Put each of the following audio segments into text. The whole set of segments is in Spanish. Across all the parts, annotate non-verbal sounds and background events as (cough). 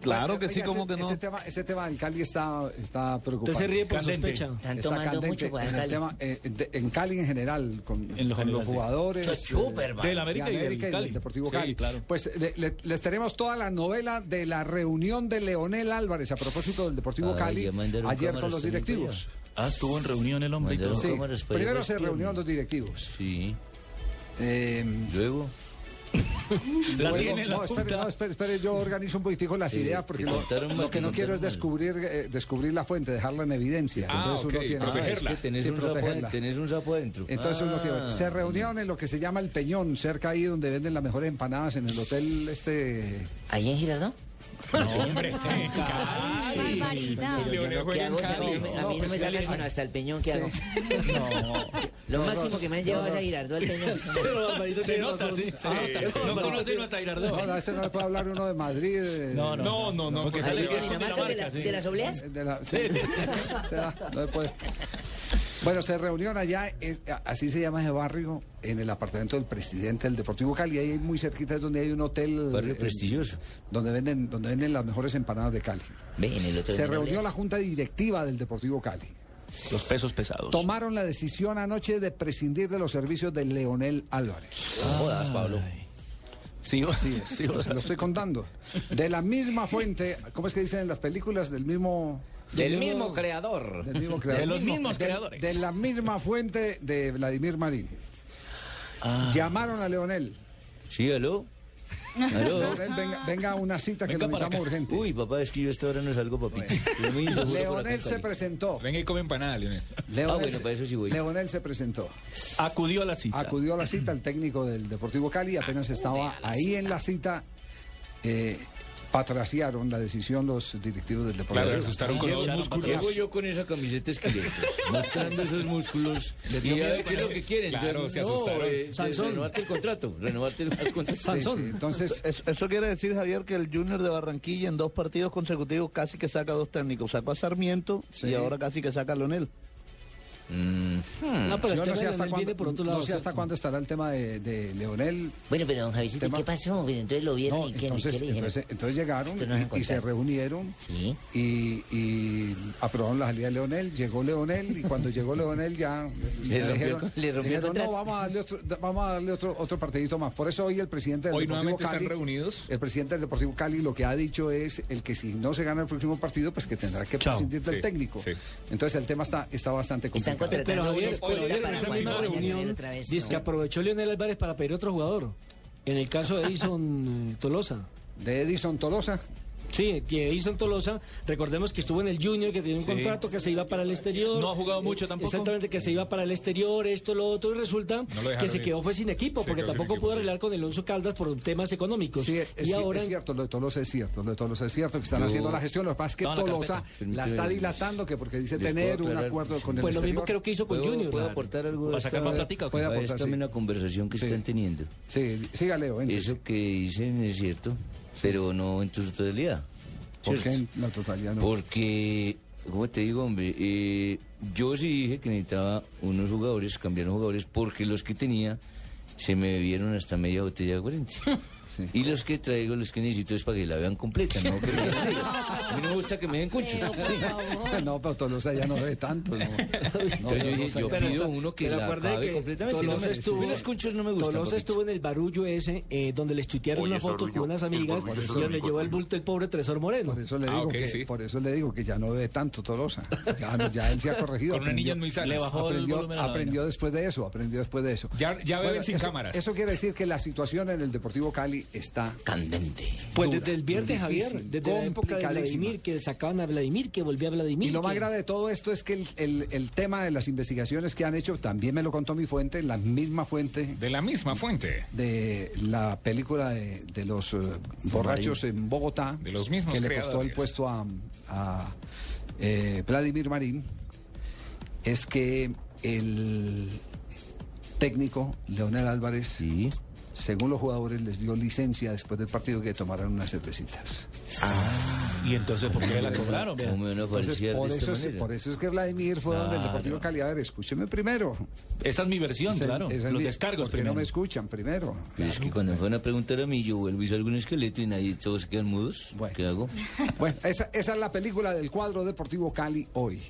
Claro que Oiga, sí, ese- como que no. Ese tema, ese tema del Cali está, está preocupante. Usted se ríe por Candente. sospecha. Están Está candente en, el tema, eh, de- en Cali en general, con, En lo con general, los sí. jugadores. eh, Del América, de y del América y Cali. del Deportivo Sí, Cali. claro. Pues le- le- les tenemos toda la novela de la reunión de Leonel Álvarez a propósito del Deportivo Ay, Cali ya mandaron ayer con cámaras los también directivos. Ah, estuvo en reunión el hombre y todo. Mandaron Sí, cámaras para ir primero se rastreando. reunieron los directivos. Sí, Eh, luego La Luego- tiene en la no, espere, punta. no, espere, espere, yo organizo un poquitico las ideas porque te lo, contaron lo más, que te no quiero contaron es más. descubrir eh, descubrir la fuente, dejarla en evidencia. Ah, entonces uno ok, tiene protegerla. es que tenés, Sí, un sapo, protegerla. tenés un sapo adentro. Entonces uno tiene- Ah, se reunieron en lo que se llama el Peñón, cerca ahí donde venden las mejores empanadas en el hotel este ¿Ahí en Girardot? ¿Qué hago? Si a mí, a mí no me sacan sino hasta el peñón que hago. Lo máximo que me han llevado es a Girardot al peñón. Se nota, sí. se nota. No conoce a No, Tairardó. no, este no le puede hablar uno de Madrid. eh, No, No, no, no. Porque Porque sale sale que que es nada más de, Cundinamarca, la- sí. de las obleas. de la- sí, se da, no se puede. Bueno, se reunieron allá, es- a- así se llama ese barrio, en el apartamento del presidente del Deportivo Cali. Ahí muy cerquita es donde hay un hotel. Barrio eh, prestigioso. Donde venden, donde venden las mejores empanadas de Cali. Ve, en el otro Se venden reunió obleas. la junta directiva del Deportivo Cali. Los pesos pesados. Tomaron la decisión anoche de prescindir de los servicios de Leonel Álvarez. No jodas, Pablo. Sí, o- sí, sí. o- Se lo estoy contando. De la misma fuente, ¿cómo es que dicen en las películas? Del mismo. Del mismo creador. Del mismo creador. De los mismos De- creadores. De la misma fuente de Vladimir Marín. Llamaron a Leonel. Sí, (laughs) aló. Aló. Leonel, venga, venga a una cita que lo necesitamos urgente. Uy, papá, es que yo a esta hora no salgo, papito. Yo me inseguro por acá en Leonel se Cali. presentó. Venga y come empanada, Leonel. Leonel, Ah, bueno, se- para eso sí voy. Leonel se presentó. Acudió a la cita. Acudió a la cita el técnico del Deportivo Cali. Apenas estaba ahí en la cita. eh, patraciaron la decisión los directivos del Deportivo Claro, Cali. asustaron con los músculos. Llego yo con esa (laughs) camiseta esqueleto, mostrando esos músculos. Y ya ve qué es lo que quieren. Claro, se No, asustaron. eh, de- Sansón. renovarte el contrato. Renovarte el más contrato. Sí, sí, (laughs) entonces, Eso, eso quiere decir, Javier, que el Junior de Barranquilla en dos partidos consecutivos casi que saca dos técnicos. Sacó a Sarmiento Sí. y ahora casi que saca a Lonel. Mm, No, pero yo el no sé tema hasta Leonel viene por cuándo, otro lado. no sé hasta ¿cierto? cuándo estará el tema de, de Leonel. Bueno, pero don Javicito, Tema- ¿qué pasó? Pues Entonces lo vieron No, y qué, entonces, ¿qué le dijeron. entonces, entonces llegaron Esto no es y- y, se encontrar. reunieron Sí. y, y aprobaron la salida de Leonel. Llegó Leonel y cuando llegó Leonel ya (laughs) Le rompió dijeron, el- le rompió dijeron, el no, contrato". vamos a darle, otro, da- vamos a darle otro, otro partidito más. Por eso hoy el presidente del Hoy Deportivo nuevamente Cali, están reunidos. el presidente del Deportivo Cali lo que ha dicho es el que si no se gana el próximo partido, pues que tendrá que Chao. prescindir del Sí, técnico. sí. Entonces el tema está, está bastante Están complicado. contratando Pero una Javier, escolta Javier, en para esa cuando misma vayan a reunión, ver otra vez. Dice que no. aprovechó Leonel Álvarez para pedir otro jugador. En el caso de Edison eh, Tolosa. De Edison Tolosa. Sí, que Edison Tolosa, recordemos que estuvo en el Junior, que tenía un contrato, que se iba para el exterior. No ha jugado mucho tampoco. Exactamente, que se iba para el exterior, esto, lo otro, y resulta lo dejaron que se ir. quedó fue sin equipo, Se porque quedó sin tampoco equipo, pudo sí. arreglar con Alonso Caldas por temas económicos. Sí, es, pues, y ahora, es cierto, lo de Tolosa es cierto, lo de Tolosa es cierto, que están haciendo la gestión, lo que pasa es que Toda la Tolosa carpeta. la Permíteme está ver. dilatando, que porque dice ¿Les puedo tener un aclarar? acuerdo con el pues lo mismo exterior. creo que hizo con ¿Puedo, Junior. ¿Puedo aportar algo ¿Para de sacar esta- más platica o qué? Puede a aportar, esta sí. una conversación que Sí. están teniendo? Sí, siga Leo, venga. Eso que dicen es cierto, pero no en su totalidad. ¿Por ¿Cierto? qué en la totalidad no? Porque, como te digo, hombre, Eh, yo sí dije que necesitaba unos jugadores, cambiar unos jugadores, porque los que tenía se me bebieron hasta media botella de aguardiente. (laughs) Sí. Y los que traigo, los que necesito es para que la vean completa, ¿no? Que me den medio. A mí no me gusta que me den (laughs) conchos. (laughs) No, pero Tolosa ya no ve tanto. No, (laughs) No, Entonces Tolosa yo dije, ya- yo Pero pido está- uno que pero la acuerde acabe que completamente. Tolosa No me- estuvo- a mí los conchos no me gustan. Tolosa papito. estuvo en el barullo ese, eh, donde les tuitearon una foto con unas amigas, y donde llevó el bulto el pobre Tresor Moreno. Por eso, le Ah, digo ok, que, sí. por eso le digo que ya no ve tanto Tolosa. Ya, no- ya él se ha corregido. Con una aprendió- niña muy sana. Le bajó el aprendió, volumen a la aprendió después de eso, aprendió después de eso. Ya- ya beben sin eso- cámaras. Eso quiere decir que la situación en el Deportivo Cali Cali está Candente. Pues dura, desde el viernes, difícil, Javier, desde la época de complicadísima. Vladimir, que sacaban a Vladimir, que volvía a Vladimir. Y lo más que- grave de todo esto es que el, el- el tema de las investigaciones que han hecho, también me lo contó mi fuente, la misma fuente De la misma fuente. de la película de, de los eh, borrachos en Bogotá, De los mismos que le costó el creadores. puesto a, a, eh, Vladimir Marín, es que el técnico Leonel Álvarez, Sí. según los jugadores, les dio licencia después del partido que tomaran unas cervecitas. Y entonces, ¿por qué la Entonces, cobraron? Como me van a Entonces, falsear de por esta eso, es, manera? por eso es que Vladimir fue donde el Claro. Deportivo Cali. A ver, escúcheme primero. Esa es mi versión, Esa es- claro. esa es Los mi- descargos ¿por qué no primero. me (laughs) escuchan primero? Pero Pues es que cuando me van a preguntar a mí, yo vuelvo y salgo un esqueleto y nadie, todos se quedan mudos. Bueno. ¿Qué (laughs) hago? Bueno, esa, esa es la película del cuadro Deportivo Cali hoy.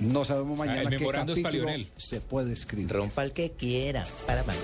No sabemos mañana el qué Ah, memorando es pa' capítulo Lionel. se puede escribir. Rompa el que quiera. Para, para.